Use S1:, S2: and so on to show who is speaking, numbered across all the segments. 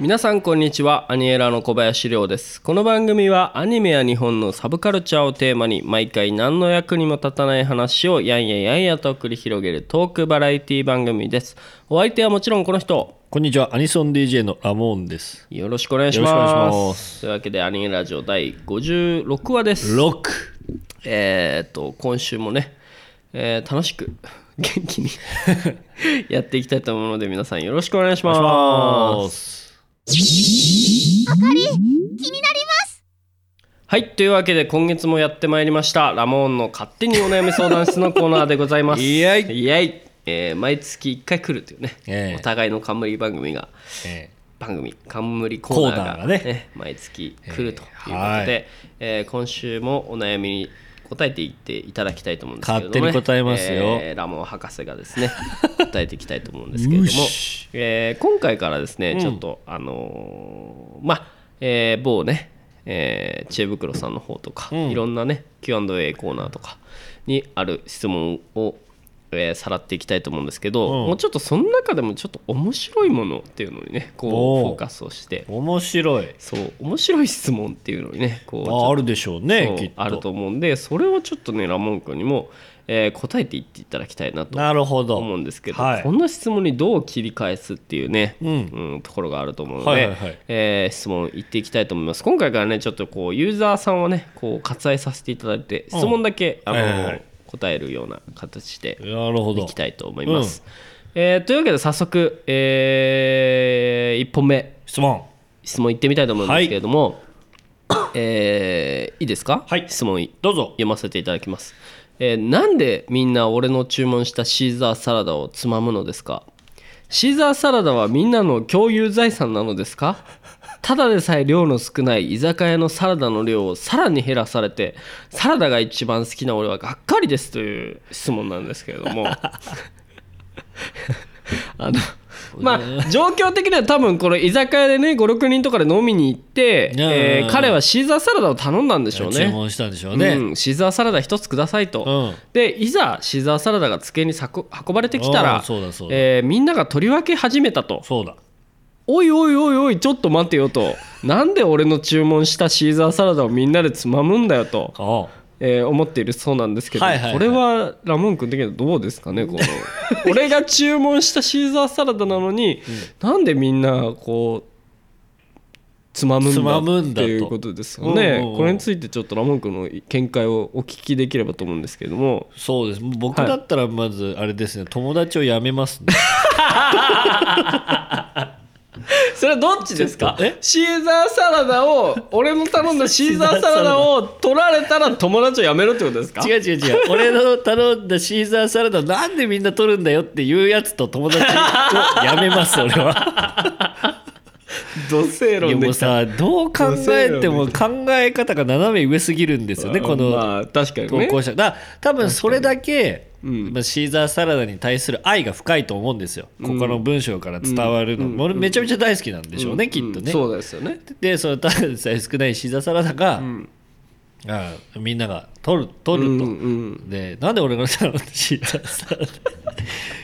S1: 皆さんこんにちはアニエラの小林亮ですこの番組はアニメや日本のサブカルチャーをテーマに毎回何の役にも立たない話をやんややんやと繰り広げるトークバラエティ番組ですお相手はもちろんこの人
S2: こんにちは、アニソン DJ のラモーンです。
S1: よろしくお願いし
S2: よろしくお
S1: ま
S2: 願いします
S1: というわけでアニメラジオ第56話です
S2: ロック
S1: えー、と今週もね、えー楽しく元気に やっていきたいと思うので皆さんよろしくお願いします
S2: す。
S1: はいというわけで今月もやってまいりましたラモーンの勝手にお悩み相談室のコーナーでございます
S2: イエイ
S1: イエイえー毎月1回来るというね、
S2: ええ
S1: お互いの冠番組が
S2: え
S1: 番組冠コーナーが,、
S2: コーナーがね
S1: 毎月来るということで、え
S2: えーは
S1: ー
S2: い
S1: 今週もお悩みに答えていっていただきたいと思うんですけれども、ね、
S2: 勝手に答えますよ
S1: ーラモン博士がです ね答えていきたいと思うんですけれども
S2: うっし、
S1: えー今回からですね、ちょっとあのーまあ、えー某ね、えー知恵袋さんの方とか、
S2: ん
S1: いろんなね Q&A コーナーとかにある質問をえーさらっていきたいと思うんですけど、
S2: うん
S1: もうちょっとその中でもちょっと面白いものっていうのにねこ
S2: お
S1: う
S2: ー
S1: フォーカスをして
S2: 面白い。
S1: そう面白い質問っていうのにねこうち
S2: あ、
S1: ょ
S2: あ
S1: っ
S2: るでしょう
S1: と
S2: ね、
S1: そう
S2: きっと。
S1: あると思うんでそれをちょっとねラモン君にも、えー答えていっていただきたいなと
S2: なるほど。
S1: 思うんですけど、
S2: はい
S1: こんな質問にどう切り返すっていうね、
S2: うん
S1: うんところがあると思うので、
S2: はいはいはい
S1: えー質問いっていきたいと思います今回からねちょっとこうユーザーさんはねこう割愛させていただいて質問だけ、
S2: うん
S1: あの
S2: はいはいはい
S1: 答えるような形で
S2: なるほど。
S1: いきたいと思います、えーというわけで早速、え1本目
S2: 質問。
S1: 質問いってみたいと思うんですけれども、えーいいですか、
S2: はい
S1: 質問い
S2: どうぞ。
S1: 読ませていただきます、えーなんでみんな俺の注文したシーザーサラダをつまむのですかシーザーサラダはみんなの共有財産なのですかただでさえ量の少ない居酒屋のサラダの量をさらに減らされてサラダが一番好きな俺はがっかりですという質問なんですけれど もあのまあ状況的には多分この居酒屋でね56人とかで飲みに行って、
S2: うんうんうん
S1: えー彼はシーザーサラダを頼んだんでしょうね
S2: 注文したんでしょうね。
S1: うん、シーザーサラダ一つくださいと、
S2: うん
S1: でいざシーザーサラダが机にさこ運ばれてきた
S2: う
S1: ら
S2: ん、そうだそうだ
S1: えーみんなが取り分け始めたと
S2: そうだ。
S1: おいおいおいおいちょっと待てよとなんで俺の注文したシーザーサラダをみんなでつまむんだよと、
S2: ああ。
S1: えー思っているそうなんですけど、
S2: はいはいはい
S1: これはラモン君的にはどうですかねこ の俺が注文したシーザーサラダなのに、なんでみんなこうつまむん
S2: つ
S1: だ
S2: まむん
S1: って
S2: だと
S1: いうことですよね、
S2: うんうんうん
S1: これについてちょっとラモン君の見解をお聞きできればと思うんですけれども
S2: そうです。僕だったらまず、あれですね、友達を辞めます ね。
S1: それはどっちですか
S2: ちょっとえ
S1: シーザーサラダを俺の頼んだ シーザーサラダを取られたら友達をやめるってことですか
S2: 違う違う違う。 俺の頼んだシーザーサラダ、なんでみんな取るんだよっていうやつと友達を辞めます、俺は。
S1: 土星
S2: いや
S1: 論
S2: も
S1: で
S2: う
S1: きた
S2: さどう考えても考え方が斜め上すぎるんですよねこの
S1: まあ確かに
S2: 投
S1: ね
S2: 稿者だ多分それだけ、
S1: うん
S2: まあ、シーザーサラダに対する愛が深いと思うんですよ、ここの文章から伝わるの、
S1: うん
S2: 俺めちゃめちゃ大好きなんでしょうね、
S1: うん
S2: きっとね、
S1: うんそうですよね
S2: でそのただでさえ少ないシーザーサラダが、
S1: ん
S2: ああみんなが取る取ると、
S1: うんうん
S2: でなんで俺が頼んだシーザーサラダ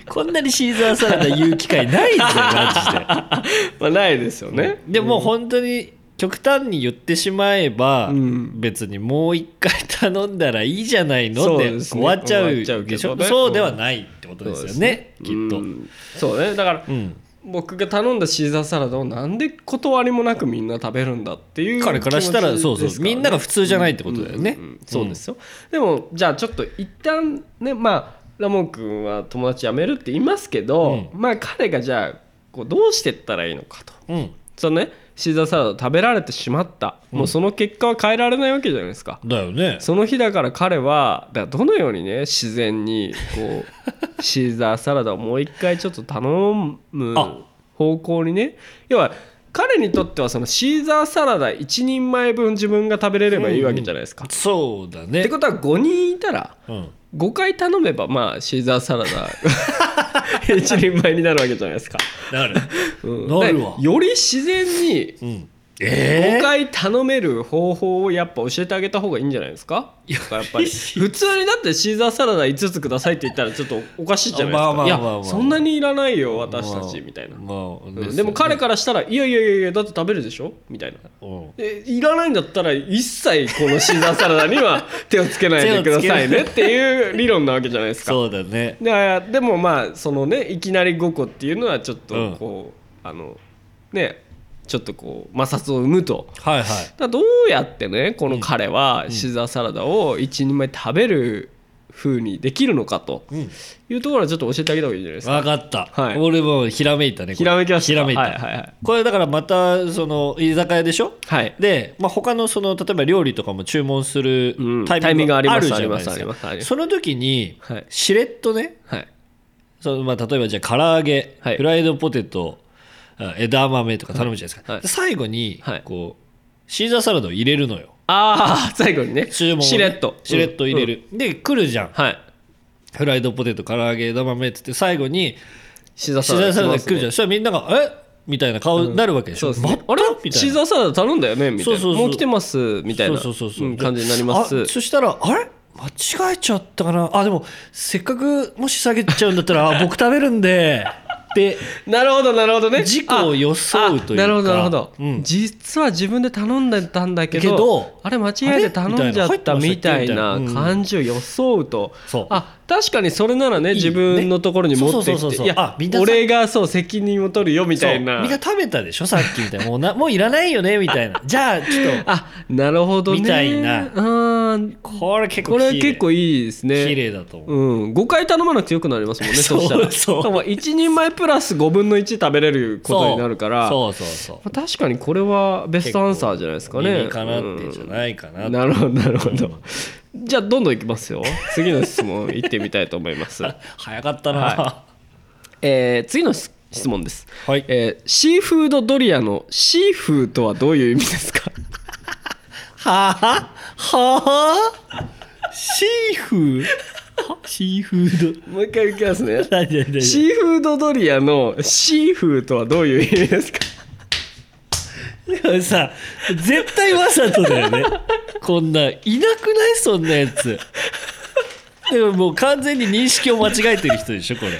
S2: こんなにシーザーサラダ言う機会ないんだよマジで。
S1: まあないですよね
S2: でもう本当に極端に言ってしまえば、
S1: うん
S2: 別にもう一回頼んだらいいじゃない
S1: そ
S2: の
S1: う
S2: で
S1: ですね
S2: 終わっちゃう
S1: 終わっちゃうけ
S2: でし
S1: ど
S2: ょ
S1: ね
S2: そうではないってことですよね、
S1: そうで
S2: きっ
S1: すね
S2: と、
S1: うんそうねだから、
S2: うん
S1: 僕が頼んだシーザーサラダをなんで断りもなくみんな食べるんだっていう
S2: 彼からしたら
S1: 気持ち
S2: そうそう
S1: ですからね
S2: みんなが普通じゃないってことだよね、
S1: うんうんうんそうですよ、でもじゃあちょっと一旦ねまあラモン君は友達辞めるって言いますけど、まあ彼がじゃあこうどうしてったらいいのかと
S2: うん、うん
S1: そのねシーザーサラダを食べられてしまった、もうその結果は変えられないわけじゃないですか
S2: だよね
S1: その日だから彼はだからどのようにね自然にこう シーザーサラダをもう一回ちょっと頼む
S2: あ
S1: 方向にね要は彼にとってはそのシーザーサラダ1人前分自分が食べれればいいわけじゃないですか。
S2: そうだね
S1: ってことは5人いたら
S2: うん、
S1: 5回頼めばまあシーザーサラダ 1人前になるわけじゃないですか。
S2: なる、
S1: うん
S2: なるわ
S1: でより自然に
S2: うん、え
S1: 5
S2: ー、
S1: 回頼める方法をやっぱ教えてあげた方がいいんじゃないですかやっぱやっぱ り普通にだってシーザーサラダ5つくださいって言ったらちょっとおかしいじゃないですか、
S2: まあまあ
S1: い
S2: まあまあ
S1: やそんなにいらないよ私たちみたいな、
S2: まあ
S1: うんでも彼からしたら「いやいやいやいやだって食べるでしょ?」みたいな
S2: うん
S1: えいらないんだったら一切このシーザーサラダには手をつけないでくださいねっていう理論なわけじゃないですか
S2: そうだね
S1: だからでもまあそのねいきなり5個っていうのはちょっとこう、あのねちょっとこう摩擦を生むと
S2: はいはい
S1: だからどうやってねこの彼はシーザーサラダを1人前食べる風にできるのかと
S2: ん
S1: いうところはちょっと教えてあげた方がいいんじゃないですか
S2: わかった、
S1: はい
S2: 俺もひらめいたねこれ
S1: ひらめきました
S2: ひらめいた、
S1: はいはいはい
S2: これだからまたその居酒屋でしょ
S1: はい
S2: で、まあ、他のその例えば料理とかも注文する
S1: うん
S2: タイミングがあ
S1: タイミングがあ
S2: る
S1: りま
S2: じ
S1: す
S2: ゃない
S1: あ
S2: で
S1: りますありますありま
S2: すか
S1: す
S2: その時に
S1: はい
S2: しれっとね
S1: はい
S2: そのまあ例えばじゃあ唐揚げ、
S1: はい
S2: フライドポテトあ枝豆とか頼むじゃないですか、
S1: はい
S2: で最後に
S1: はい
S2: こうシーザーサラダを入れるのよ
S1: ああ 最後にね
S2: 注文をね
S1: しれっと
S2: しれっと入れ
S1: うん
S2: る、で来るじゃん
S1: はい
S2: フライドポテト唐揚げ枝豆っつって最後に
S1: シーザー
S2: シ
S1: サ
S2: ー
S1: ラ
S2: ザ
S1: ダ
S2: ーサラダ来るじゃん
S1: ん
S2: そしたらみんなが「えみたいな顔になるわけでし
S1: そ
S2: ょ、
S1: うですね
S2: ま
S1: あれ
S2: たみた
S1: シ
S2: い
S1: ー
S2: な
S1: ザーサラダ頼んだよねみたい
S2: そう
S1: な
S2: そうそう
S1: もう来てますみたいな
S2: そうそうそうそう
S1: うん感じになります
S2: あそしたらあれ間違えちゃったかなあでもせっかくもし下げちゃうんだったらあ僕食べるんでって
S1: なるほどなるほどね
S2: 事故を装うというか
S1: ああなるほどなるほど、
S2: うん
S1: 実は自分で頼んでたんだけど
S2: けど
S1: あれ間違えて頼んじゃった
S2: あれ
S1: み
S2: みた
S1: た
S2: い
S1: い
S2: な
S1: な感じを装うと、
S2: そう
S1: あ確かにそれならね
S2: いいね
S1: 自分のところに持って
S2: そうそう
S1: き
S2: そう
S1: て
S2: そう
S1: いや
S2: あみんなさ
S1: 俺がそう責任を取る よみたい
S2: そう
S1: な
S2: みんな食べたでしょさっきみたいなもうなもういらないよねみたいなじゃあちょっと
S1: あなるほどね
S2: みたいな
S1: うん
S2: これ結構
S1: これ結構
S2: い
S1: いいですね
S2: 綺麗だと思う、
S1: うん、5回頼まなくてよくなりますもんね
S2: そ
S1: そうしたら
S2: そう
S1: だから1人前プラス5分の1食べれることになるから
S2: そうそうそうそう
S1: まあ確かにこれはベストアンサーじゃないですかね。
S2: 理にかなってんじゃないか
S1: う
S2: なっ
S1: ん
S2: て
S1: なるほどなるほど。じゃあどんどんいきますよ。次の質問いってみたいと思い ます。
S2: 早かったな、
S1: はえー次の質質問です、
S2: はい
S1: えーシーフードドリアのシーフーとはどういう意味です か
S2: はははあシーフーシーフ ー
S1: もう一回いきますね。
S2: ド何何 何
S1: シーフードドリアのシーフーとはどういう意味です か
S2: でも さ絶対わざとだよねこんないなくないそんなやつでももう完全に認識を間違えてる人でしょこれ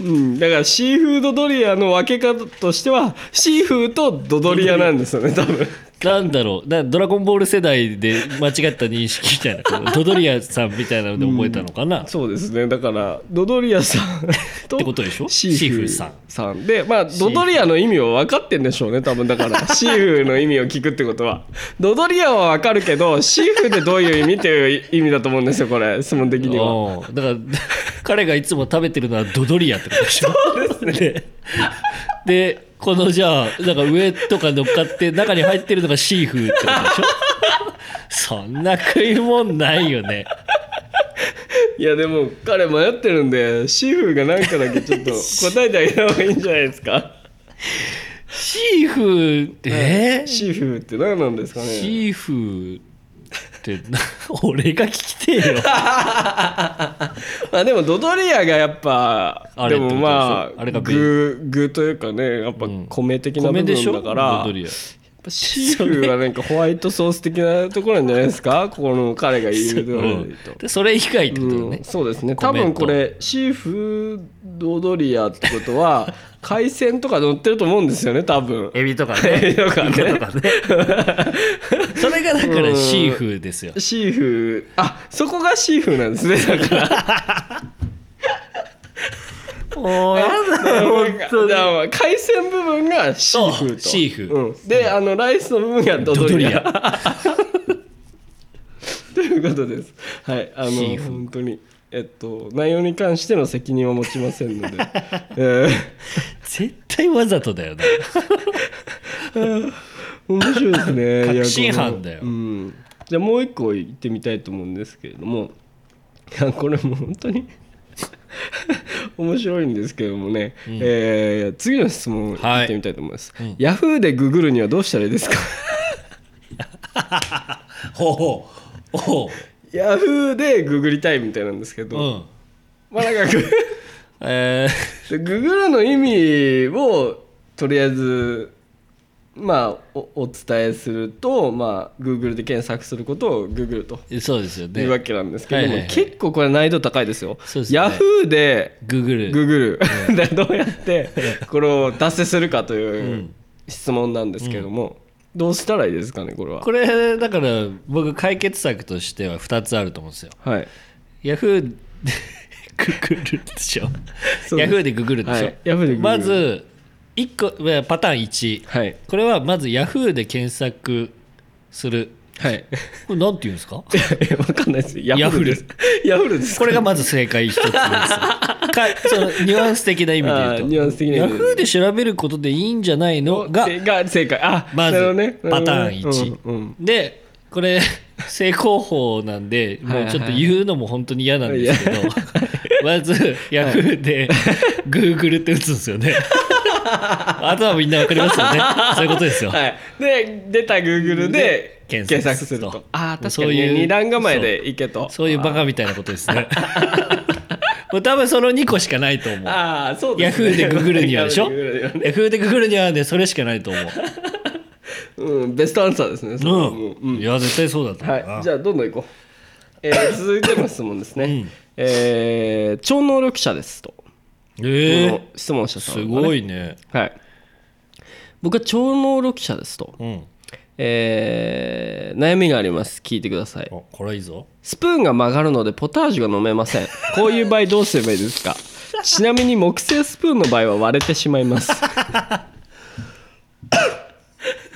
S1: うん、だからシーフードドリアの分け方としてはシーフーとドドリアなんですよね多分。
S2: なんだろうなドラゴンボール世代で間違った認識みたいなこのドドリアさんみたいなので覚えたのかな、
S1: そうですねだからドドリアさんと
S2: ってことでし ょ
S1: シーフ
S2: シーフー
S1: ー
S2: さ
S1: さ
S2: ん
S1: んでまあドドリアの意味を分かってんでしょうね多分だから シーフーの意味を聞くってことはドドリアは分かるけどシーフーってどういう意味っていう意味だと思うんですよこれ質問的には
S2: うんだから彼がいつも食べてるのはドドリアってことでしょそうですねでこのじゃあなんか上とか乗っかって中に入ってるのがシーフーってことでしょそんな食いもんないよね
S1: いやでも彼迷ってるんでシーフーが何かだけちょっと答えてあげた方がいいんじゃないですか
S2: シーフーって、えーシ
S1: シーフーって何なんですかね
S2: ーフーってな 俺が聞きてえよ
S1: あでもドドリアがやっぱ
S2: あれ
S1: で
S2: ってことでしょ
S1: もまあ
S2: あれがベー
S1: 具具というかねやっぱ米的な部
S2: 米でし
S1: 分
S2: ょ
S1: だから、
S2: ドドリア
S1: シーフーはなんかホワイトソース的なところなんじゃないです かここの彼が言うとおりと
S2: でそれ以外ってことだよね、
S1: うんそうですね
S2: コ
S1: 多
S2: メン
S1: 分
S2: ト
S1: これシーフードドリアってこと は海鮮とか乗ってると思うんですよね多分
S2: エビとかね
S1: エビと かね
S2: イカとかねそれがだからシーフーですよ
S1: シーフーあそこがシーフーなんですね だから
S2: もうやだ
S1: だから海鮮部分がシーフーと
S2: そうシーフー
S1: うんであのライスの部分がドドリ
S2: ドド
S1: アということですはいあ
S2: シ
S1: の
S2: ーフー
S1: 本当にえっと内容に関しての責任は持ちませんので、え ー
S2: 絶対わざとだよね
S1: 面白いです ね
S2: 確信犯だよ
S1: いやこのうん、じゃあもう一個行ってみたいと思うんですけれどもいやこれもう本当に 面白いんですけれどもね、えー次の質問行ってみたいと思います、ヤフーでググるにはどうしたらいいですか
S2: ほうほうほ
S1: ヤフーでググりたいみたいなんですけ
S2: う
S1: ど、
S2: うん
S1: まあなんか グ
S2: え
S1: ググるの意味をとりあえずまあ、おお伝えすると、まあ、Google で検索することを Google と
S2: そうですよ
S1: いうわ
S2: ね。
S1: けなんですけども、
S2: はいはいはい
S1: 結構これ難易度高いですよ。
S2: そうですね
S1: Yahoo で Google
S2: Google。
S1: でどうやっ てこれを達成するかという質問なんですけども、どうしたらいいですかねこれは。
S2: これだから僕解決策としては2つあると思うんですよ。
S1: はい、
S2: Yahoo で Google でしょ。
S1: そうです
S2: Yahoo で Google でしょ。
S1: はい Yahoo で Google
S2: まず一個まあパターン1。
S1: はい
S2: これはまず Yahoo で検索する。
S1: はい、
S2: これなんて言うんですか
S1: えわかんないです。ヤフルです。ヤフルです。
S2: これがまず正解一つです。 かそのニュアンス的な意味で言う
S1: あー
S2: と。
S1: ニュアンス的な意味で
S2: Yahoo で調べることでいいんじゃないのが
S1: せが正解。あ、
S2: ま
S1: なるほど
S2: ず、
S1: ね
S2: パターン1、
S1: うんうん
S2: でこれ 正攻法なんでもうちょっと言うのも本当に嫌なんですけど、まず Yahoo で Google って打つんですよねあとはみんな分かりますよねそういうことですよ、
S1: はい。で出た Google で
S2: 検
S1: 検
S2: 索
S1: 索
S2: す
S1: す
S2: る
S1: る
S2: と
S1: と。あー、確か
S2: そう
S1: に
S2: いう
S1: ね二段構えでいけと。
S2: そういうバカみたいなことですねもう多分その2個しかないと思う
S1: ああ、そうで
S2: ヤ
S1: す
S2: フ
S1: ね。
S2: ーでググるにはでしょ
S1: Yahoo で Google にはね
S2: ヤフーでググるにはねそれしかないと思う
S1: うん、ベストアンサーですね。それはもう
S2: うん、いや絶対そうだと思うな、
S1: はい、じゃあどんどん行こう。えー続いての質問ですね。
S2: うん
S1: えー超能力者ですと。
S2: えー
S1: この質問者さん
S2: す
S1: がね
S2: ごいね
S1: はい。僕は超能力者ですと。
S2: うん
S1: えー悩みがあります。聞いてください。
S2: おこれいいぞ
S1: スプーンが曲がるのでポタージュが飲めません。こういう場合どうすればいいですかちなみに木製スプーンの場合は割れてしまいます。だか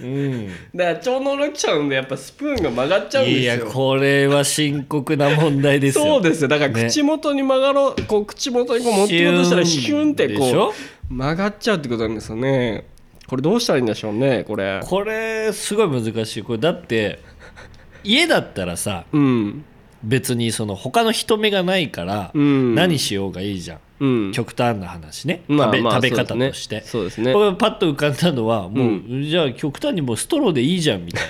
S2: うん
S1: ら超能力者なんでやっぱスプーンが曲がっちゃうんですよ。
S2: いやこれは深刻な問題ですよ
S1: そうですよだから
S2: ね
S1: 口元に曲がろう,、こう口元にこう持ってこうとしたら
S2: シ
S1: シ
S2: ューン
S1: ュンって
S2: でしょ
S1: こう曲がっちゃうってことなんですよねこれどうしたらいいんでしょうねこれ
S2: これすごい難しいこれだって家だったらさ
S1: うん
S2: 別にその他の人目がないから
S1: うん
S2: 何しようがいいじゃん、
S1: うん
S2: 極端な話ね、
S1: まあ
S2: 食べ
S1: まあ
S2: 食べ方として、
S1: そうですねそうですね
S2: これパッと浮かんだのはもう、じゃあ極端にもうストローでいいじゃんみたい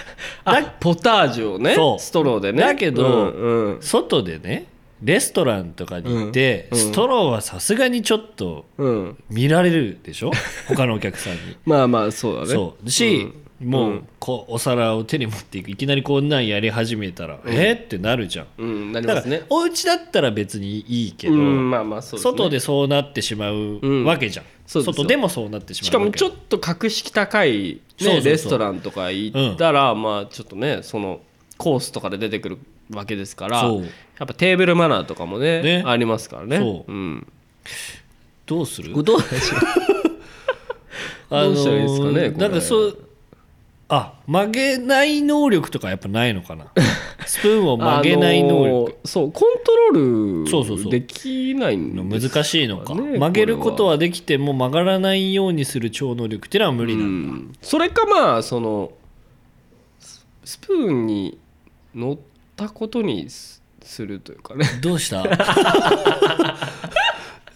S1: あポタージュをね
S2: そう
S1: ストローでね
S2: だけど
S1: うんうん
S2: な外でねレストランとかに行って、
S1: うんうん
S2: ストローはさすがにちょっと
S1: うん
S2: 見られるでしょ他のお客さんに
S1: まあまあそうだね
S2: そうし、もうこうお皿を手に持っていくいきなりこんなんやり始めたら、えーってなるじゃん
S1: うんなりま
S2: だ
S1: す
S2: から
S1: ね
S2: お家だったら別にいいけ
S1: う
S2: ど、
S1: んまあまあそうですね
S2: 外でそうなってしまうわけじゃん、
S1: そうですよ
S2: 外でもそうなってしまう
S1: しかも
S2: わけ
S1: ちょっと格式高い、ね、
S2: そうそうそう
S1: レストランとか行ったら、まあちょっとねそのコースとかで出てくるわけですからや
S2: そう
S1: っぱテーブルマナーとかもね
S2: ね
S1: ありますからね、
S2: そうんどうする
S1: どうでしょどうしたらいいですかね
S2: あのー
S1: これ
S2: なんかそうあ曲げない能力とかやっぱないの かなスプーンを
S1: う
S2: 曲げない能
S1: あの
S2: 力、
S1: ーそうコントロ
S2: そうそうそ
S1: ール
S2: う
S1: できないんです
S2: 難しいのか、
S1: ねこれは
S2: 曲げることはできても曲がらないようにする超能力っていうのは無理
S1: う
S2: なんだ、
S1: んそれかまあそのススプーンに乗ったことにすするというかね
S2: どうした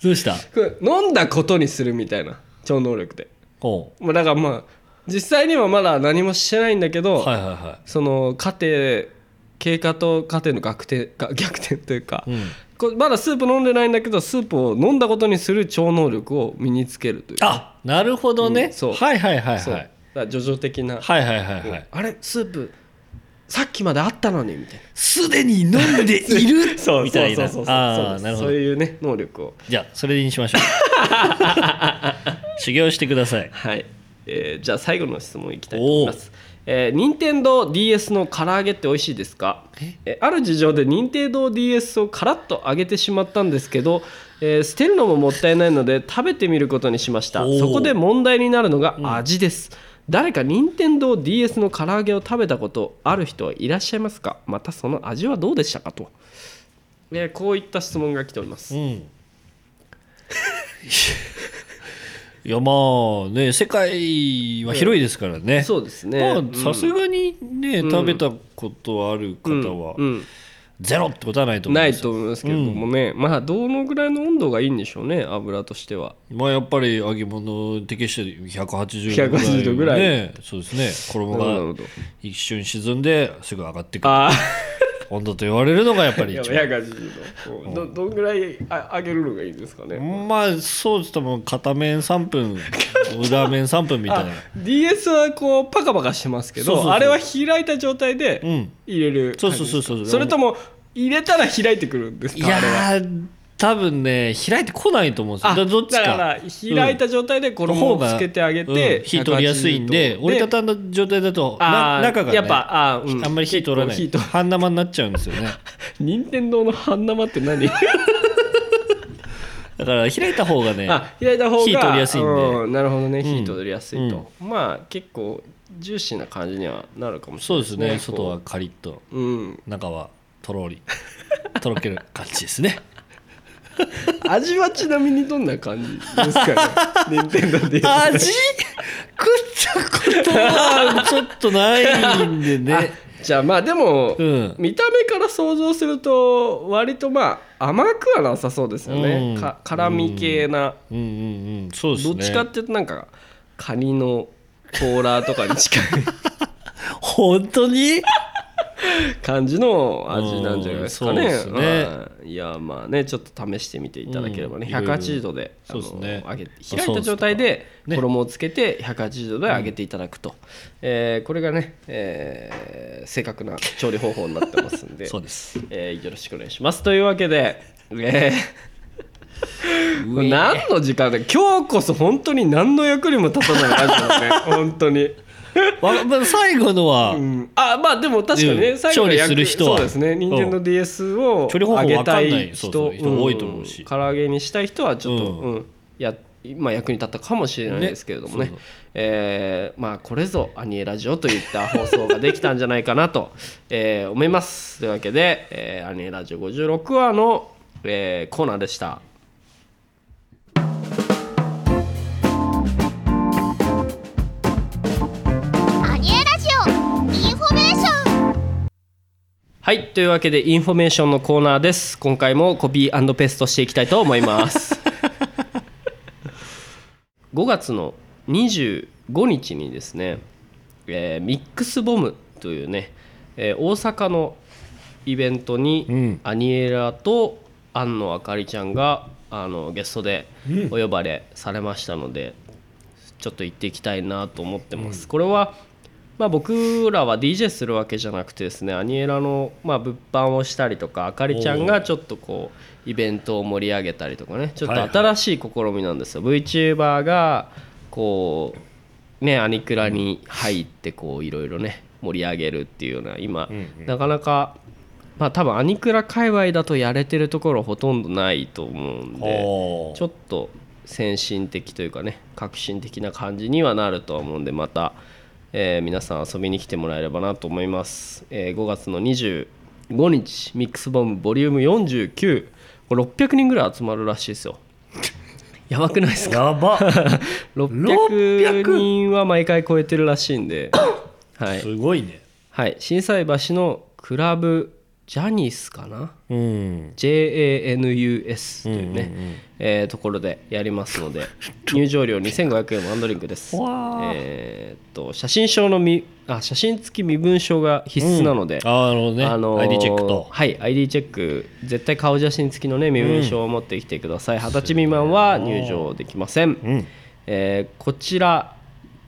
S2: どうした
S1: これ飲んだことにするみたいな超能力で。
S2: お
S1: まあ、だからまあ実際にはまだ何もしてないんだけど、
S2: うはいはいは
S1: その過程経過と過程の逆転が 逆転というか、
S2: い、うん、
S1: こうまだスープ飲んでないんだけどスープを飲んだことにする超能力を身につけるという
S2: あなるほどね、
S1: うんそう
S2: はいはいはい
S1: そう
S2: は
S1: だから
S2: い
S1: 叙々的な、
S2: はいはいはいはい
S1: あれスープさっきまであったのにみたいな。
S2: すでに飲んでい る
S1: そう
S2: みたいな
S1: そうそうそう
S2: ああ
S1: そう
S2: なるほ
S1: そう
S2: ど
S1: いうね能力を
S2: じゃあそれにし ましょう修行してください
S1: はい、えーじゃあ最後の質問いきたいと思います。えー、任天堂 d s の唐揚げって美味しいですか
S2: え
S1: えーある事情で任天堂 d s をカラッと揚げてしまったんですけど、えー捨てるのももったいないので食べてみることにしました
S2: おー
S1: そこで問題になるのが味です、誰か任天堂 d s の唐揚げを食べたことある人はいらっしゃいますかまたその味はどうでしたかと、えーこういった質問が来ておりま
S2: う
S1: す
S2: んいやまあね世界は広いですからね、
S1: そうですね
S2: まあさすがにね、食べたことある方は、
S1: うんうん
S2: ゼロってことはないと思う
S1: なんい
S2: ですよ
S1: と思いますけれどもね、まあどのぐらいの温度がいいんでしょうね油としては
S2: まあやっぱり揚げ物適して180
S1: 180度ぐらい
S2: ねそうですね衣
S1: なるほ
S2: が
S1: ど
S2: 一瞬沈んですぐ上がってくる
S1: あ
S2: 温度と言われるのがやっぱり
S1: や
S2: 一
S1: や
S2: 番
S1: がしいのこうどどんぐらいあ揚げるのがいいんですかね
S2: まあそうですともう片面3分 裏面3分みたい
S1: あ
S2: な
S1: DS はこうパカパカしてますけど
S2: そうそうそう
S1: あれは開いた状態で
S2: うん
S1: 入れる
S2: そうそうそうそう
S1: 感じですかそれとも入れたら開いてくるんですか
S2: いや
S1: あれは
S2: ー多分ね開いてこないと思うんですよ
S1: あ
S2: だどっちか
S1: だから開いた状態で衣をつけてあげて、
S2: うん火取りやすいんで
S1: 180度
S2: 折りたたんだ状態だと
S1: あ
S2: な
S1: ー
S2: 中が、ね、
S1: やっぱあー、う
S2: あんまり火取らな
S1: 結
S2: い
S1: 構火
S2: 半生になっちゃうんですよね
S1: と任天堂の半生って何
S2: だから開いた方が ね
S1: あ開いた方が
S2: 火取りやすいんで
S1: うんなるほどね
S2: ん
S1: 火取りやすいと、まあ結構ジューシーな感じにはなるかもしれ
S2: そう
S1: ない
S2: ですね外
S1: こ
S2: はカリッと
S1: ううん
S2: 中はとろ りとろける感じですね
S1: 味はちなみにどんな感じですか ね任天堂で言うと
S2: 味食ったことはちょっとないんでね
S1: じ ゃあまあでも、
S2: うん
S1: 見た目から想像すると割とまあ甘くはなさそうですよね、
S2: うん
S1: か辛味系な、
S2: うんうんうんそうです
S1: ど
S2: ね
S1: っちかっていうとなんかカニのコーラとかに近い
S2: 本当に
S1: 感じの味なんじゃないですかね,、
S2: うんそうですね
S1: はいいやまあねちょっと試してみていただければね、
S2: うんいろいろ
S1: 180度であの
S2: そうですね
S1: 揚げて
S2: あ
S1: 開いた状態で
S2: ね
S1: 衣をつけて180度で揚げていただくと、えーこれがね、えー正確な調理方法になってますんで
S2: そうです
S1: えーよろしくお願いしますというわけで、え ーこれ何の時間だ今日こそ本当に何の役にも立たないラジオだね本当に、
S2: わまあ最後のは、
S1: うんあまあでも確かにね、
S2: うん
S1: 最後の
S2: 調理
S1: 役
S2: する人は
S1: そうですね任天堂 d s を
S2: 調理方法
S1: 上げた
S2: わかんないいそ
S1: 人
S2: うそう人多いと思うし
S1: ん唐揚げにしたい人はちょっと、う
S2: うんん
S1: やまあ、役に立ったかもしれないですけれどもね
S2: ねそうそう
S1: えーまあ、これぞアニエラジオといった放送ができたんじゃないかなと、 えー思いますというわけで、えーアニエラジオ56話の、えーコーナーでした。
S3: アニエラジオインフォメーション
S1: はいというわけでインフォメーションのコーナーです今回もコピーペーストしていきたいと思います 5月の25日にですね、えーミックスボムというね、えー大阪のイベントに、
S2: うん
S1: アニエラと庵野あかりちゃんがあのゲストでお呼ばれされましたので、ちょっと行っていきたいなと思ってます、これは、まあ、僕らは DJ するわけじゃなくてですねアニエラの、まあ、物販をしたりとかあかりちゃんがちょっとこうイベントを盛り上げたりとかねちょっ
S2: はいはい
S1: と新しい試みなんですよ、VTuber がこうねアニクラに入ってこういろいろね盛り上げるっていうような今、
S2: うんうん
S1: なかなかまあ多分アニクラ界隈だとやれてるところほとんどないと思うんで
S2: おー
S1: ちょっと先進的というかね革新的な感じにはなるとは思うんでまた、えー皆さん遊びに来てもらえればなと思います、えー5月の25日ミックスボムボリューム49これ600人ぐらい集まるらしいですよやばくないですか
S2: や ば
S1: 600人は毎回超えてるらしいんではい
S2: すごいね
S1: はい、心斎橋のクラブジャニスかな
S2: うん
S1: JANUS というね、
S2: うんうんうん
S1: えーところでやります ので入場料2500円ワンドリンクです
S2: わー
S1: えーっと写真証のみあ写真付き身分証が必須なので、
S2: あーなるほどね、
S1: ー
S2: ID チェックと
S1: はい ID チェック絶対顔写真付きのね身分証を持ってきてください二十、歳未満は入場できません、
S2: うん
S1: えーこちら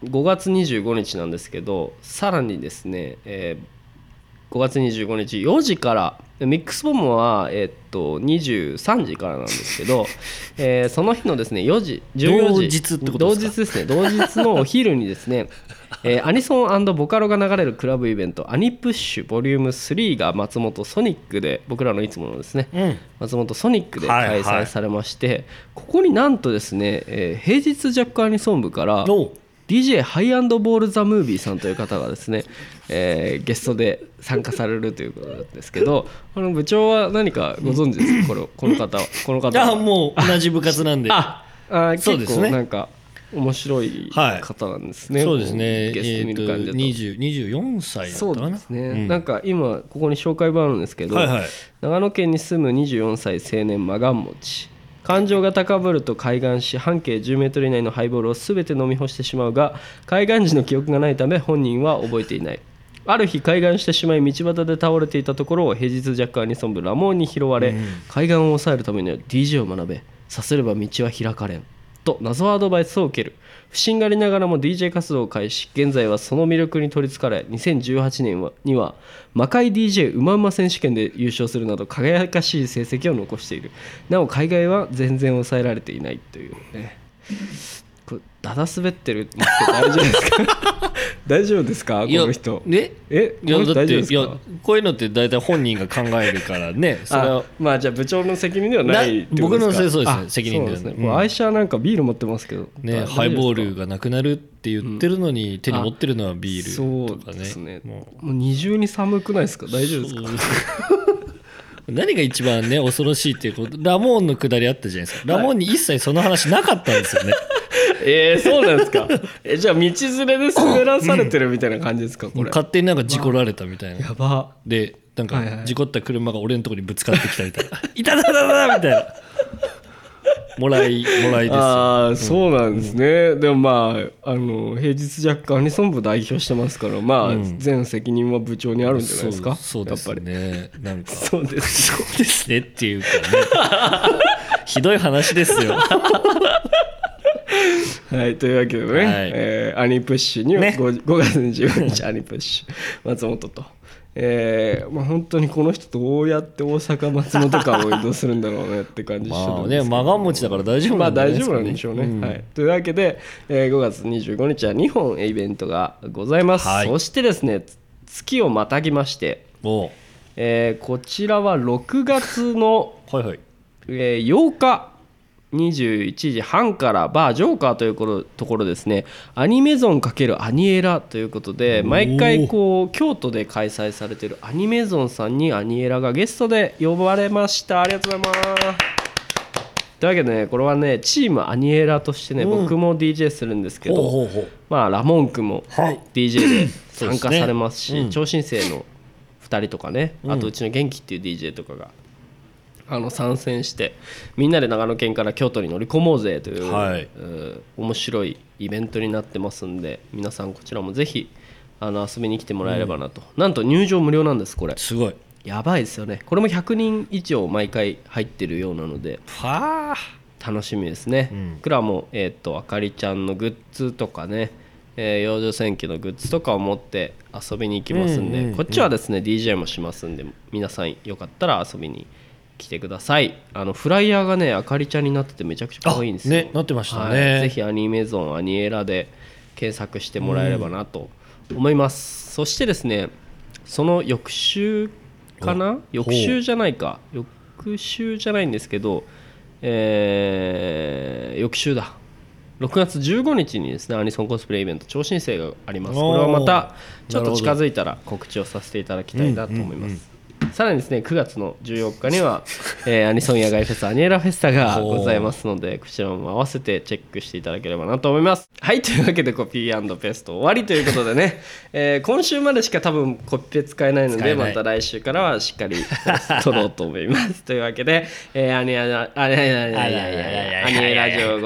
S1: 5月25日なんですけどさらにですね、えー5月25日4時からミックスボムは、えーっと23時からなんですけど、 えーその日のですね4時14時
S2: 同日ってことですか
S1: 同日ですね同日のお昼にですね、 えーアニソンボカロが流れるクラブイベント「アニプッシュボリューム3が松本ソニックで僕らのいつものですね、
S2: うん
S1: 松本ソニックで
S2: はいは
S1: 開
S2: い
S1: 催されまして、ここになんとですね、えー平日ジャックアニソン部から
S2: おう
S1: DJ ハイアンドボール・ザ・ムービーさんという方がですね、えーゲストで参加されるということなんですけ どあの部長は何かご存知ですかこのこの方はこの方は
S2: あもう同じ部活なんで
S1: ああ
S2: そう
S1: 結
S2: です
S1: 構
S2: ね
S1: なんか面白い
S2: はい
S1: 方なんですね、
S2: そうですね
S1: ゲスト見る感じだと、
S2: えーと20 24歳だった
S1: そ
S2: か
S1: う
S2: な
S1: ですね、
S2: うん
S1: なんか今ここに紹介版あるんですけど、
S2: はいはい
S1: 長野県に住む24歳青年マガン持ち感情が高ぶると海岸し半径1 0メートル以内のハイボールを全て飲み干してしまうが海岸時の記憶がないため本人は覚えていないある日開眼してしまい道端で倒れていたところを平日ジャックアニソン部ラモーに拾われ、海岸を抑えるためには DJ を学べさせれば道は開かれんと謎アドバイスを受ける不審がりながらも DJ 活動を開始現在はその魅力に取りつかれ2018年はには魔界 DJ うまうま選手権で優勝するなど輝かしい成績を残しているなお海外は全然抑えられていないというねこれだだ滑ってるんですけど大丈夫ですか 大丈夫ですかこ
S2: いや
S1: の人
S2: ね
S1: え
S2: いや
S1: この人
S2: だっ
S1: 大丈夫
S2: て
S1: です
S2: い
S1: か
S2: やこういうのって大体本人が考えるからねそれ
S1: あ
S2: は
S1: まあじゃあ部長の責任ではないってこと
S2: な僕の
S1: です
S2: せい
S1: か
S2: そうですね
S1: あ
S2: 責任ではない
S1: そうです
S2: う
S1: ね
S2: ん
S1: もう愛車なんかビール持ってますけど
S2: ね
S1: 大丈夫ですか
S2: ハイボールがなくなるって言ってるのに手に持ってるのはビールと
S1: そ
S2: か
S1: う
S2: ね
S1: ですね
S2: もう
S1: もう二重に寒くないですか大丈夫ですか
S2: 何が一番ね恐ろしいっていうことラモーンのくだりあったじゃないですかラモーンに一切その話なかったんですよね
S1: えー、そうなんですかえじゃあ道連れで滑らされてるみたいな感じですかこれ
S2: 勝手になんか事故られたみたいな
S1: やば
S2: でなん
S1: はいは
S2: か
S1: い
S2: 事故った車が俺のところにぶつかってきたみたい な「いたたたた!」みたいなもらいもらいですよ
S1: ああそうなんですね、でもまああの平日ジャックアニソン部代表してますからまあ、全責任は部長にあるんじゃないですか
S2: そうそうです
S1: やっぱり
S2: ねなんか
S1: そうです
S2: そうですねっていうかね ひどい話ですよ
S1: はいというわけでね、
S2: はい
S1: えーアニプッシュには
S2: ね
S1: 5, 5月25日アニプッシュ 松本と。えーまあ、本当にこの人どうやって大阪松本間を移動するんだろうねって感じしてた
S2: まあ
S1: ん
S2: ね
S1: ですけど
S2: 間が持ちだから大丈夫
S1: まあ
S2: なんじゃな
S1: 大丈夫
S2: いですかね
S1: なんでしょうね。はい、というわけで、えー5月25日は2本イベントがございます。
S2: はい
S1: そしてですねつ月をまたぎまして、
S2: も
S1: えーこちらは6月の、
S2: うはいはい
S1: えー8日21時半からバージョーカーということところですねアニメゾン×アニエラということで
S2: おー
S1: 毎回こう京都で開催されているアニメゾンさんにアニエラがゲストで呼ばれましたありがとうございますというわけでねこれはねチームアニエラとしてね、
S2: うん
S1: 僕も DJ するんですけど
S2: ほうほうほう
S1: まあラモン君も
S2: はい
S1: DJ で
S2: そ
S1: 参
S2: うです
S1: 加
S2: ね
S1: されますし
S2: うん
S1: 超新星の2人とかね、
S2: うん
S1: あとうちの元気っていう DJ とかがあの参戦してみんなで長野県から京都に乗り込もうぜという、
S2: はいう
S1: ー面白いイベントになってますんで皆さんこちらもぜひあの遊びに来てもらえればなと、なんと入場無料なんですこれ
S2: すごい
S1: やばいですよねこれも100人以上毎回入ってるようなので
S2: はあ
S1: 楽しみですね、
S2: うん
S1: 僕らも、えー、とあかりちゃんのグッズとかね、えー、養生戦記のグッズとかを持って遊びに行きますんで、
S2: うんうんうん
S1: こっちはですね DJ もしますんで皆さんよかったら遊びに来てくださいあのフライヤーがねあかりちゃんになっててめちゃくちゃ可愛いんですよ
S2: あねなってましたね
S1: はいぜひアニメゾンアニエラで検索してもらえればなと思います、そしてですねその翌週かな翌週じゃないか翌週じゃないんですけど、えー翌週だ6月15日にですねアニソンコスプレイイベント超新星がありますこれはまたちょっと近づいたら告知をさせていただきたいなと思います、さらにですね9月の14日には、えーアニソン野外フェスアニエラフェスタがございますのでこちらも合わせてチェックしていただければなと思いますはいというわけでコピーペースト終わりということでね、 えー今週までしか多分コピペ使えないの
S2: 使
S1: で
S2: えない
S1: また来週からはしっかり取ろうと思います というわけで、えー、アニエラあいやいやいやいやいやいやいやアニエラジオ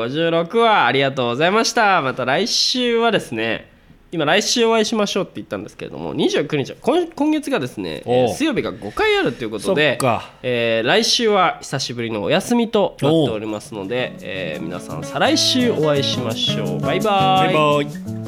S1: 56はありがとうございましたまた来週はですね今来週お会いしましょうって言ったんですけれども29日は今今月がですね、えー
S2: おう
S1: 水曜日が5回あるということ
S2: そっ
S1: で
S2: か、
S1: えー来週は久しぶりのお休みとなっておりますので、えー皆さん再来週お会いしましょうバイバイ
S2: バイバイ